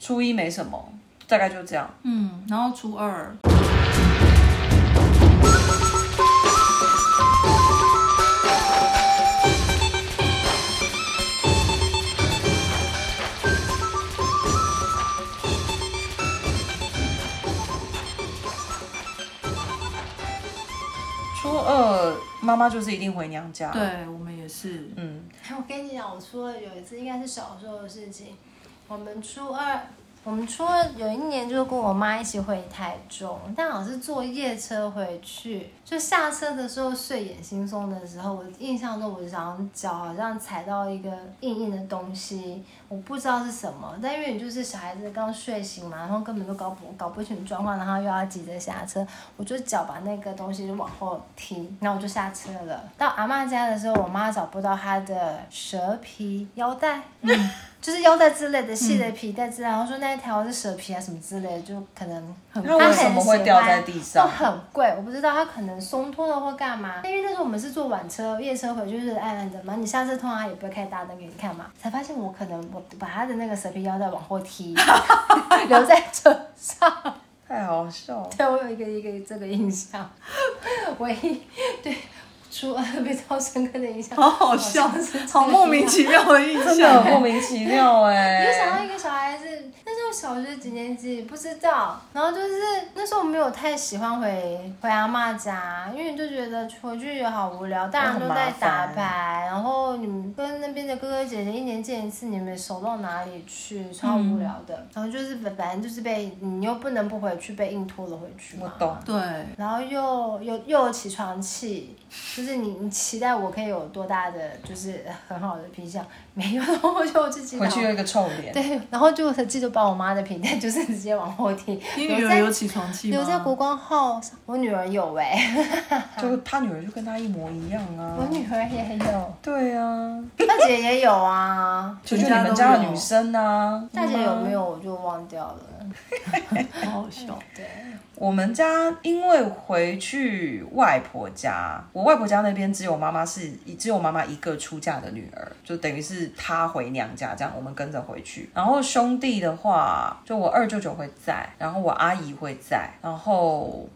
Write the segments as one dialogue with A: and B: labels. A: 初一没什么，大概就这样。
B: 嗯，然后初二，
A: 初二妈妈就是一定回娘家，
B: 对我们也是，
A: 嗯，
C: 我跟你讲，我初二有一次，应该是小时候的事情。我们初二，我们初二有一年就跟我妈一起回台中，但好像是坐夜车回去。就下车的时候睡眼惺忪的时候，我印象中我好像脚好像踩到一个硬硬的东西，我不知道是什么。但因为你就是小孩子刚睡醒嘛，然后根本就搞不搞不清楚状况，然后又要急着下车，我就脚把那个东西就往后踢，然后我就下车了。到阿嬷家的时候，我妈找不到她的蛇皮腰带，
A: 嗯
C: 就是腰带之类的细的皮带之类，然后说那一条是蛇皮啊什么之类的，就可能很
A: 那为什么会掉在地上
C: 她很喜欢都很贵，我不知道它可能松脱了或干嘛。因为那时候我们是坐晚车、夜车回去，就是暗暗的嘛。你下次通常也不会开大灯给你看嘛，才发现我可能我把它的那个蛇皮腰带往后踢， 留在车上。
A: 太好笑了。
C: 对，我有一个一个这个印象，唯一对初二比较深刻的印象，
B: 好好笑
C: 像是这，
B: 好莫名其妙的 印
A: 真的欸
B: 象。
A: 很莫名其妙哎、
C: 就想到一个小孩子，那时候小学几年级不知道，然后就是那时候没有太喜欢回回阿嬷家，因为就觉得回去也好无聊，大人都在打
A: 很麻
C: 牌，然后你们跟那边的哥哥姐姐一年见一次，你们熟到哪里去，超
B: 嗯
C: 无聊的。然后就是反反正就是被你又不能不回去，被硬拖了回去嘛。
A: 我懂
B: 对，
C: 然后又又又有起床气，就是你你期待我可以有多大的就是很好的品相，没有，然后我就自己
A: 回去又一个臭脸，
C: 对，然后就记得把我妈的皮带就是直接往后踢，
B: 你女
C: 留
B: 儿
C: 在
B: 有起床气吗？
C: 留在国光号，我女儿有哎、
A: 就他女儿就跟他一模一样啊
C: 我。女儿也有，
A: 对啊，
C: 大姐也有啊，
A: 求求你们家的女生啊！
C: 大姐有没有我就忘掉了，
B: 好好笑。
C: 对，
A: 我们家因为回去外婆家，我外婆家那边只有妈妈是，只有妈妈一个出嫁的女儿，就等于是她回娘家这样，我们跟着回去。然后兄弟的话，就我二舅舅会在，然后我阿姨会在，然后。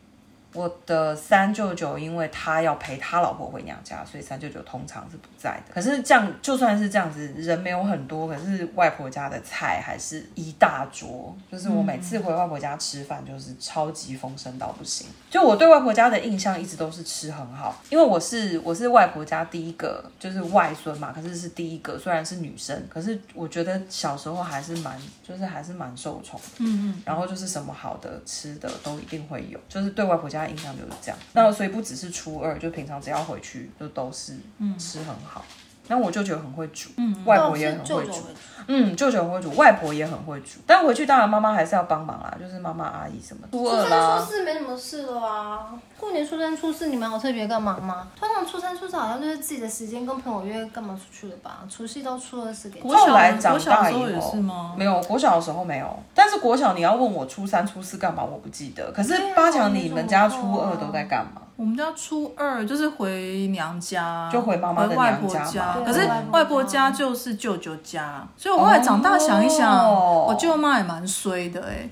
A: 我的三舅舅，因为他要陪他老婆回娘家，所以三舅舅通常是不在的。可是这样，就算是这样子，人没有很多，可是外婆家的菜还是一大桌。就是我每次回外婆家吃饭，就是超级丰盛到不行。就我对外婆家的印象一直都是吃很好，因为我是我是外婆家第一个，就是外孙嘛，可是是第一个，虽然是女生，可是我觉得小时候还是蛮，就是还是蛮受宠的。然后就是什么好的吃的都一定会有，就是对外婆家的印象就是这样。那所以不只是初二，就平常只要回去就都是吃很好。那我舅舅很会煮，外婆也很
C: 舅
A: 会
C: 舅
A: 煮，
C: 会
A: 嗯，舅舅很会煮，外婆也很会煮。但回去当然妈妈还是要帮忙啦，就是妈妈阿姨什么的。初
C: 初
A: 二
C: 三、
A: 啦
C: 初，四没什么事了啊。过年初三、初四你们有特别干嘛吗？通常初三、初四好像就是自己的时间跟朋友约干嘛出去了吧？除夕到初二是给
B: 国
A: 后来
B: 小
A: 长
B: 国小
A: 大
B: 的
A: 以
B: 时候也
A: 后
B: 是吗？
A: 没有国小的时候没有，但是国小你要问我初三、初四干嘛，我不记得。可是八强你们家初二都在干嘛？
B: 我们家初二就是回娘家，
A: 就回妈妈的
B: 回外婆
A: 娘家
B: 家
A: 嘛。
B: 可是
C: 对外婆
B: 外婆家就是舅舅家，所以我后来长大想一想，
A: 哦
B: 我舅妈也蛮衰的哎、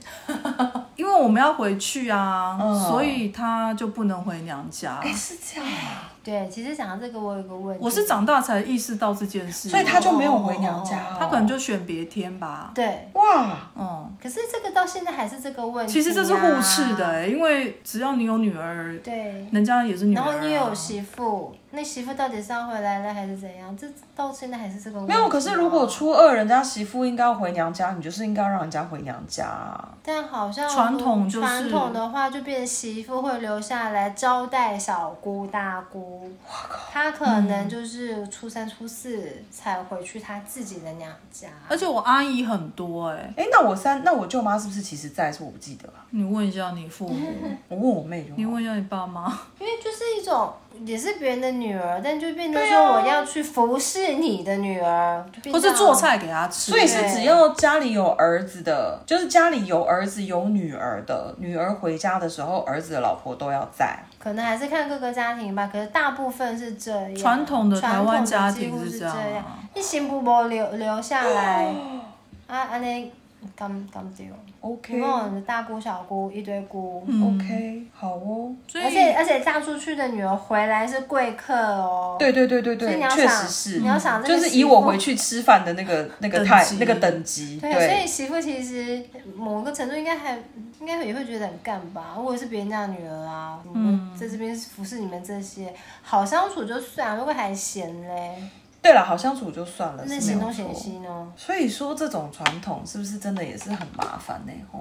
B: 因为我们要回去啊，
A: 嗯
B: 所以她就不能回娘 家。
A: 哎是这样啊，
C: 对，其实讲到这个，我有个问题，
B: 我是长大才意识到这件事，
A: 所以他就没有回娘家、哦，
B: 她可能就选别天吧。
C: 对，
A: 哇。
B: 嗯，
C: 可是这个到现在还是这个问题、啊
B: 其实这是互斥的、。欸，因为只要你有女儿，
C: 对，
B: 人家也是女儿、
C: 然
B: 啊。
C: 后你有媳妇，那媳妇到底是要回来了还是怎样？这到现在还是这个问题、
A: 没有，可是如果，初二人家媳妇应该要回娘家，你就是应该让人家回娘家、啊。
C: 但好像
B: 传统就是
C: 传统的话，就变成媳妇会留下来招待小姑大姑，她可能就是初三初四才回去她自己的娘家。
B: 而且我阿姨很多哎、
A: 哎，那我三，那我舅妈是不是其实在？是我不记得了、
B: 你问一下你父母，
C: 嗯
A: 我问我妹就
B: 你
A: 好。
B: 问一下你爸 妈，
C: 因为就是一种也是别人的女儿，但就变成说我要去服侍你的女儿，就变
B: 或
C: 这
B: 是
C: 样
B: 做菜给他吃。
A: 所以是
C: 啊
A: 只要家里有儿子的，就是家里有儿子有女儿的，女儿回家的时候，儿子的老婆都要在。
C: 可能还是看各个家庭吧，可是大部分是这样。
B: 传统的台湾家
C: 传统的几
B: 庭
C: 乎
B: 是
C: 是
B: 这
C: 这
B: 样啊
C: 样，一行不博留留下来，啊，安尼刚刚丢，
A: OK
C: 你问我的大姑小姑一堆姑，
A: OK，好哦。
B: 哎所以
C: 而且而且嫁出去的女儿回来是贵客哦，
A: 对对对对
C: 所以
A: 对
C: 你要，
A: 确
C: 想
A: 实是
C: 你，要想这
A: 就
C: 个
A: 是
C: 媳
A: 以我
C: 妇
A: 回去吃饭的那个那个
B: 等
A: 态
B: 级
A: 那个等级，
C: 对，
A: 对
C: 所以媳妇其实某个程度应该还应该也会觉得很干吧。如果是别人家的女儿啊，嗯，在这边服侍你们这些，好相处就算，如果还嫌嘞，
A: 对了，好相处就算了，
C: 那
A: 是
C: 嫌
A: 没有
C: 东嫌
A: 错。
C: 西呢？
A: 所以说这种传统是不是真的也是很麻烦呢？吼，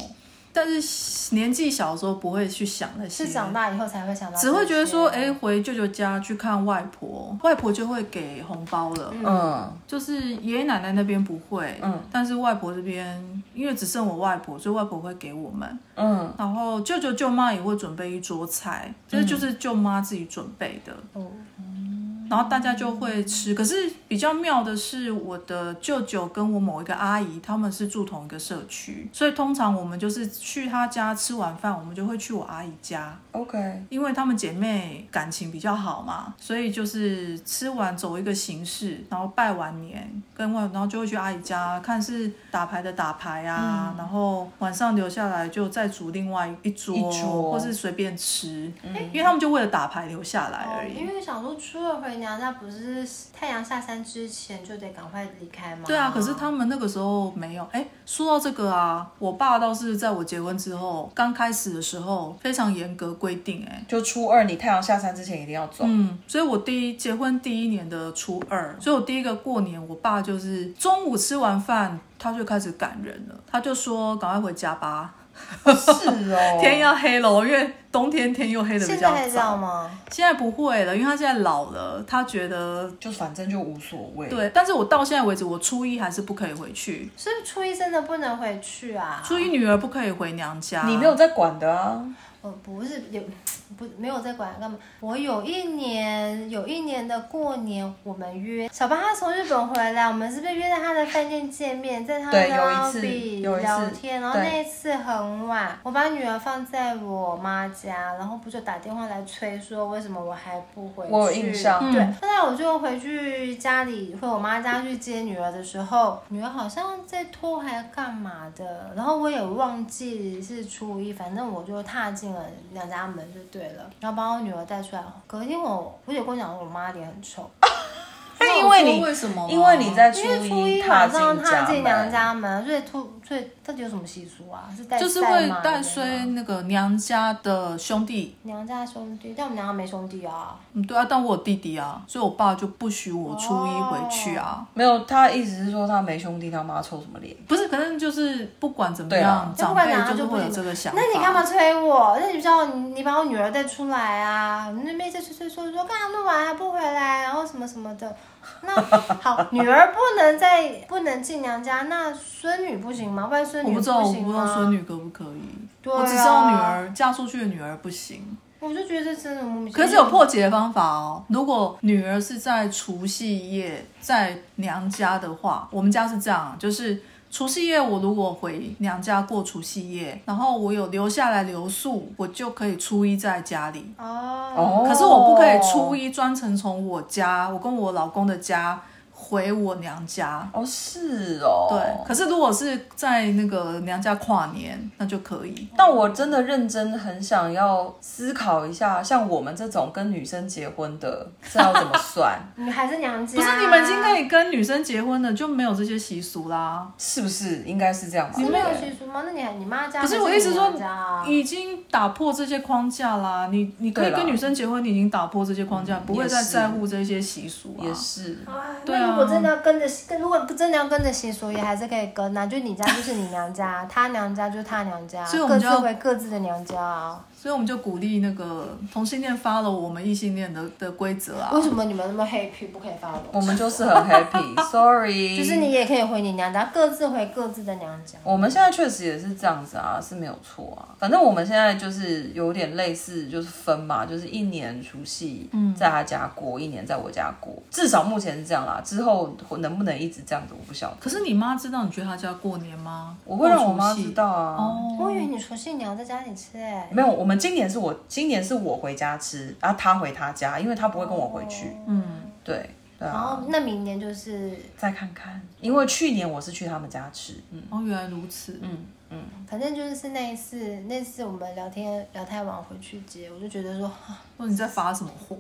B: 但是年纪小的时候不会去想那些，
C: 是长大以后才会想到，
B: 只会觉得说，哎、，回舅舅家去看外婆，外婆就会给红包了。
A: 嗯，
B: 就是爷爷奶奶那边不会，嗯，但是外婆这边，因为只剩我外婆，所以外婆会给我们，
A: 嗯，
B: 然后舅舅舅妈也会准备一桌菜，这就是舅妈自己准备的，
C: 嗯，
B: 然后大家就会吃。可是比较妙的是，我的舅舅跟我某一个阿姨，他们是住同一个社区，所以通常我们就是去他家吃完饭，我们就会去我阿姨家。
A: OK，
B: 因为她们姐妹感情比较好嘛，所以就是吃完走一个形式，然后拜完年，跟外，然后就会去阿姨家看是打牌的打牌啊，
A: 嗯
B: 然后晚上留下来就再煮另外一桌，
A: 一桌嗯
B: 或是随便吃，因为他们就为了打牌留下来哎而已。
C: 哦
A: 哦
C: 因为想说初二回娘家不是太阳下山之前就得赶快离开吗？
B: 对啊，可是他们那个时候没有。哎，说到这个啊，我爸倒是在我结婚之后，刚开始的时候非常严格规定，哎，
A: 就初二你太阳下山之前一定要走，
B: 嗯，所以我第一结婚第一年的初二，所以我第一个过年，我爸就是中午吃完饭，他就开始赶人了，他就说赶快回家吧，
A: 是 哦，
B: 天要黑了哦，因为冬天天又黑的比
C: 现
B: 较
C: 在还这样
B: 早。
C: 吗？
B: 现在不会了，因为他现在老了，他觉得
A: 啊就反正就无所谓，，
B: 对。但是我到现在为止，我初一还是不可以回去，
C: 所以初一真的不能回去啊，
B: 初一女儿不可以回娘家。
A: 你没有在管的啊，
C: 我哦不是也不没有在管干嘛。我有一年有一年的过年，我们约小巴他从日本回来，我们是不是约在他的饭店见面，在他的
A: 对有一次
C: lobby
A: 有一次
C: 聊天，然后
A: 对
C: 那一次很晚，我把女儿放在我妈家，然后不就打电话来催说为什么我还不回去？
A: 我有印象
B: 嗯
C: 对，后来我就回去家里，回我妈家去接女儿的时候，女儿好像在拖还干嘛的，然后我也忘记是初一，反正我就踏进了娘家门就对了，然后把我女儿带出来。隔天我我姐跟我讲，我妈脸很臭，
B: 那
A: 因为
B: 我说
A: 你
B: 哎为什么？
A: 因为你在初
C: 因为初
A: 一
C: 晚上踏
A: 踏
C: 进
A: 进
C: 娘
A: 门，
C: 家门，所以突所以到底有什么习俗啊？是带
B: 就是
C: 带
B: 会
C: 妈的
B: 带
C: 吗
B: 衰那个娘家的兄弟
C: 娘家兄弟，但我们娘家没兄弟啊。
B: 嗯，对啊，但我有弟弟啊，所以我爸就不许我初一回去啊。
A: 没有，他意思是说他没兄弟，他妈臭什么脸？
B: 不是，可能就是不管怎么
A: 对啊
B: 样，
C: 就不
B: 长
C: 管
B: 辈
C: 怎样
B: 是
C: 就不
B: 会有
C: 行
B: 这个想法。
C: 那你干嘛？催我？那你知道你你把我女儿带出来啊？你那边在催催说说干嘛那么晚还不回来，然后什么什么的。那 好，女儿不能再不能进娘家，那孙女不行吗？外孙
B: 我
C: 女
B: 不知道，我
C: 行
B: 不知
C: 吗？
B: 道孙女可不可以。
C: 对啊
B: 我只知道女儿嫁出去的女儿不行，
C: 我就觉得这真的莫名其
B: 可
C: 妙。
B: 是有破解的方法哦。如果女儿是在除夕夜在娘家的话，我们家是这样，就是除夕夜我如果回娘家过除夕夜，然后我有留下来留宿，我就可以初一在家里。
C: 哦
A: 哦
B: 可是我不可以初一专程从我家，我跟我老公的家回我娘家。
A: 哦，是哦，
B: 对，可是如果是在那个娘家跨年，那就可以。
A: 但我真的认真很想要思考一下，像我们这种跟女生结婚的，这要怎么算？
C: 你还是娘
B: 不
C: 家。啊
B: 是你们已经可以跟女生结婚了，就没有这些习俗啦。
A: 是不是应该是这样吧？
C: 是没有习俗吗？那你还你妈家
B: 可
C: 还
B: 是
C: 是
B: 我意思
C: 你
B: 说
C: 娘家啊，
B: 已经打破这些框架啦。你你可以
A: 对啦
B: 跟女生结婚，你已经打破这些框架，不会
A: 也
B: 再
A: 是
B: 在乎这些习俗啊
A: 也。是，
C: 啊
B: 对
C: 那
B: 啊
C: 如果真的要跟着，跟如果真的要跟着习俗，也还是可以跟啊。就你家就是你 娘家，他娘家就是他娘家，
B: 所以我
C: 各
B: 们就
C: 自
B: 要
C: 回各自的娘家啊。
B: 所以我们就鼓励那个同性恋发了我们异性恋的的规则啊。
C: 为什么你们那么 happy 不可以发
A: 我
C: 我？
A: 们就是很 happy，sorry。
C: 就是你也可以回你娘家，各自回各自的娘家。
A: 我们现在确实也是这样子啊，是没有错啊。反正我们现在就是有点类似，就是分嘛，就是一年除夕在他家过，一年在我家过，至少目前是这样啦。之后能不能一直这样子，我不晓得。
B: 可是你妈知道你去她家过年吗？
A: 我会让我
B: 过
A: 妈
B: 除夕
A: 知道啊。
C: 我以
B: 哦，
C: 为你除夕你要在家里吃哎、
A: 没有，我们今年是我今年是我回家吃，啊，他回他家，因为他不会跟我回去。
B: 嗯，
A: 对，对
C: 然
A: 啊
C: 后，那明年就是，
A: 再看看，因为去年我是去他们家吃，嗯
B: 哦，原来如此。
A: 嗯嗯，
C: 反正就是那一次，那次我们聊天聊太晚回去接，我就觉得说，啊
B: 说哦你在发什么火？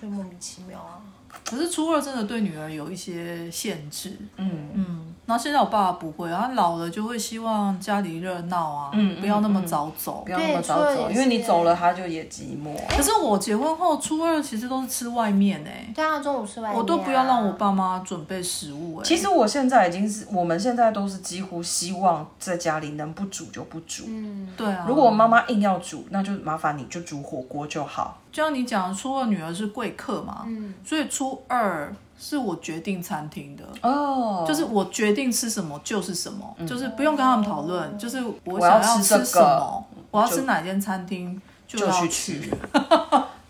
C: 就莫名其妙啊。
B: 可是初二真的对女儿有一些限制，
A: 嗯
B: 嗯，然后现在我爸爸不会，他老了就会希望家里热闹啊，
A: 嗯
B: 不要那么
A: 嗯嗯
B: 早走
A: 不。要那么早
C: 对
A: 走，
C: 所以
A: 因为你走了他就也寂寞。
B: 可是我结婚后初二其实都是吃外面哎、
C: 对啊，中午吃完、
B: 我都不要让我。爸妈准备食物哎、
A: 其实我现在已经是，我们现在都是几乎希望在家里能不煮就不煮。
C: 嗯，
B: 对啊，
A: 如果我妈妈硬要煮，那就麻烦你就煮火锅就好。
B: 就像你讲，初二女儿是贵客嘛，
C: 嗯，
B: 所以初二是我决定餐厅的。
A: 哦，
B: 就是我决定吃什么就是什么，就是不用跟他们讨论，就是我
A: 我要
B: 想要
A: 吃
B: 吃
A: 这
B: 什
A: 个
B: 么，我要吃哪间餐厅就要
A: 去吃。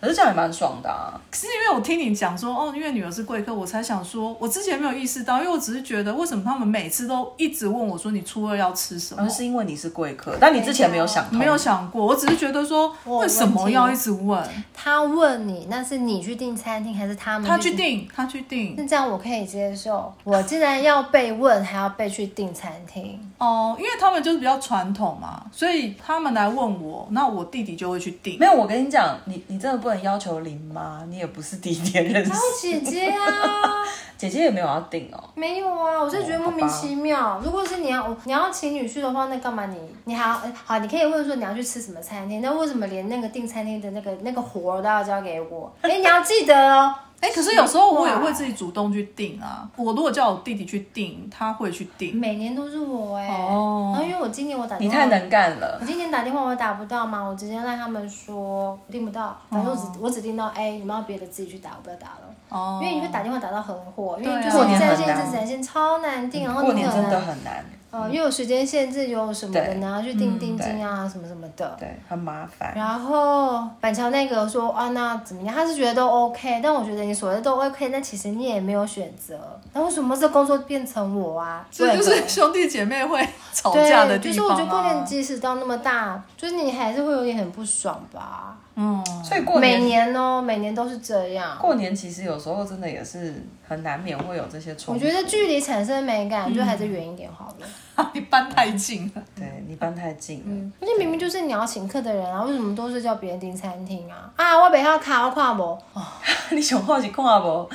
A: 可是这样也蛮爽的啊。
B: 可是因为我听你讲说，哦，因为女儿是贵客，我才想说，我之前没有意识到，因为我只是觉得为什么他们每次都一直问我说你初二要吃什么
A: 而，是因为你是贵客，但你之前没有想通，
B: 没有想过，我只是觉得说
C: 我有
B: 为什么
C: 问题
B: 要一直问，
C: 他问你，那是你去订餐厅还是他们？
B: 他去。定，他去定
C: 那这样我可以接受，我竟然要被问，还要被去订餐厅，
B: 哦，因为他们就是比较传统嘛，所以他们来问我，那我弟弟就会去定
A: 没。有，我跟你讲，你你真的不能要求林妈，你也不是第一天认识
C: 还有，姐姐啊，
A: 姐姐也没有要定哦。
C: 没有啊，我是觉得
A: 哦
C: 莫名其妙。如果是你要你要请女婿的话，那干嘛你你还要呃好？你可以问说你要去吃什么餐厅，那为什么连那个订餐厅的那个那个活儿都要交给我？哎、 你要记得哦。
B: 哎、可是有时候我也
C: 哇
B: 会自己主动去定啊，我如果叫我弟弟去定，他会去定。
C: 每年都是我哎、
B: 哦
C: 然后因为我今年我打
A: 你
C: 电话，
A: 太能干了
C: 我，今年打电话我打不到嘛，我直接让他们说我订不到，反正我只、我只订到哎 A，你们要别的自己去打，我不要打了。
B: 哦，
C: 因为你会打电话打到很火，因为就
B: 对啊
C: 是在
A: 过年很
C: 线制、
A: 难嗯
C: 在线超难订，然后
A: 过
C: 你
A: 年
C: 可
A: 真的
C: 能
A: 很难，
C: 呃又有时间限制，又有什么的，
A: 对嗯
C: 你要去订定金啊什么什么的。
A: 对，很麻烦。
C: 然后板桥那个说啊，那怎么样？他是觉得都 OK，但我觉得你所谓的都 OK，但其实你也没有选择。那为什么这工作变成我啊？
B: 这就
C: 对
B: 是
C: 的
B: 兄弟姐妹会吵
C: 对，
B: 架的地
C: 就是
B: 方、
C: 我
B: 啊。
C: 觉得过年即使到那么大，就是你还是会有点很不爽吧。
B: 嗯，
A: 所以过
C: 每
A: 年
C: 年哦，每年都是这样。
A: 过年其实有时候真的也是很难免会有这些冲
C: 我
A: 突。
C: 觉得距离产生美感，就还是远一点好了。
B: 你搬太近了。
A: 对你搬太近了，
C: 嗯，而且明明就是你要请客的人啊，为什么都是叫别人订餐厅啊？啊，我北要卡，我跨不。
A: 你想好是看无？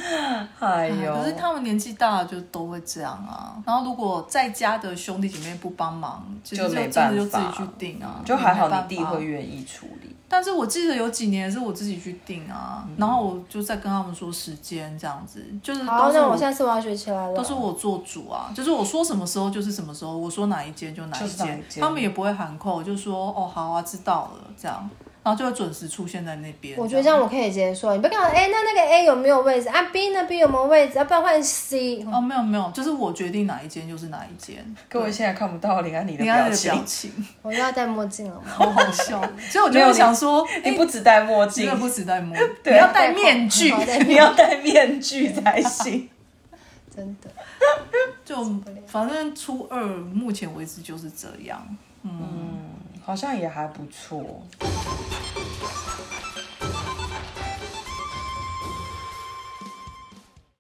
A: 哎呦，
B: 可是他们年纪大了就都会这样啊。然后如果在家的兄弟姐妹不帮忙，其实
A: 就
B: 就
A: 没
B: 真的
A: 办
B: 就自己
A: 法
B: 去定啊，
A: 就还
B: 没
A: 好
B: 办
A: 你弟
B: 法
A: 会。愿意处理。
B: 但是我记得有几年是我自己去定啊，
C: 嗯
B: 然后我就在跟他们说时间这样子，就是
C: 好
B: 嗯都，是
C: 那我
B: 我
C: 下次我要学起来了。
B: 都是我做主啊，就是我说什么时候就是什么时候，我说哪一间就哪一
A: 就是哪一
B: 间，
A: 间
B: 他们也不会喊扣，就说哦好啊知道了这样，然后就会准时出现在那边。
C: 我觉得这样我可以接受。你不要跟我哎、那那个 A 有没有位置啊？B 那 B 有没有位置？要、啊不然换 C。
B: 哦没有没有，就是我决定哪一间就是哪一 间。
A: 各位现在看不到林安妮的
B: 你看
A: 表
B: 你的
A: 情，
B: 表情，
C: 我又要戴墨镜了吗？
B: 好好 笑。 所以我就会想 说，
A: 你不只戴墨镜
B: 真的，不止戴墨，你
A: 对啊
B: 要戴面 具，
C: 好戴
A: 你
C: 面
A: 要戴面具才行。
C: 真的。
B: 就反正初二目前为止就是这样。
A: 好像也还不错。